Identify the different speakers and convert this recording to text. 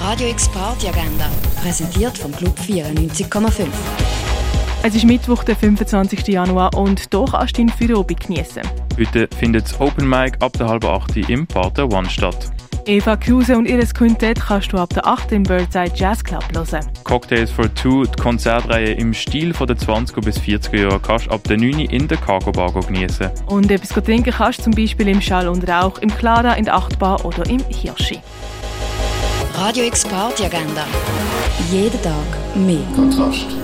Speaker 1: Radio X Party Agenda, präsentiert vom Club 94,5.
Speaker 2: Es ist Mittwoch, der 25. Januar und hier kannst du deinen Feierabend geniessen.
Speaker 3: Heute findet das Open Mic ab der halben 8 Uhr im Pater One statt.
Speaker 2: Eva Kruse und ihres Quintett kannst du ab der 8. im Birdside Jazz Club hören.
Speaker 3: Cocktails for Two, die Konzertreihe im Stil von der 20er bis 40er Jahre, kannst du ab der 9 Uhr in der Cargo Bar geniessen.
Speaker 2: Und etwas trinken kannst du zum Beispiel im Schall und Rauch, im Clara, in der Achtbar oder im Hirschi.
Speaker 1: Radio X Party Agenda. Jeden Tag mehr.
Speaker 4: Kontrast.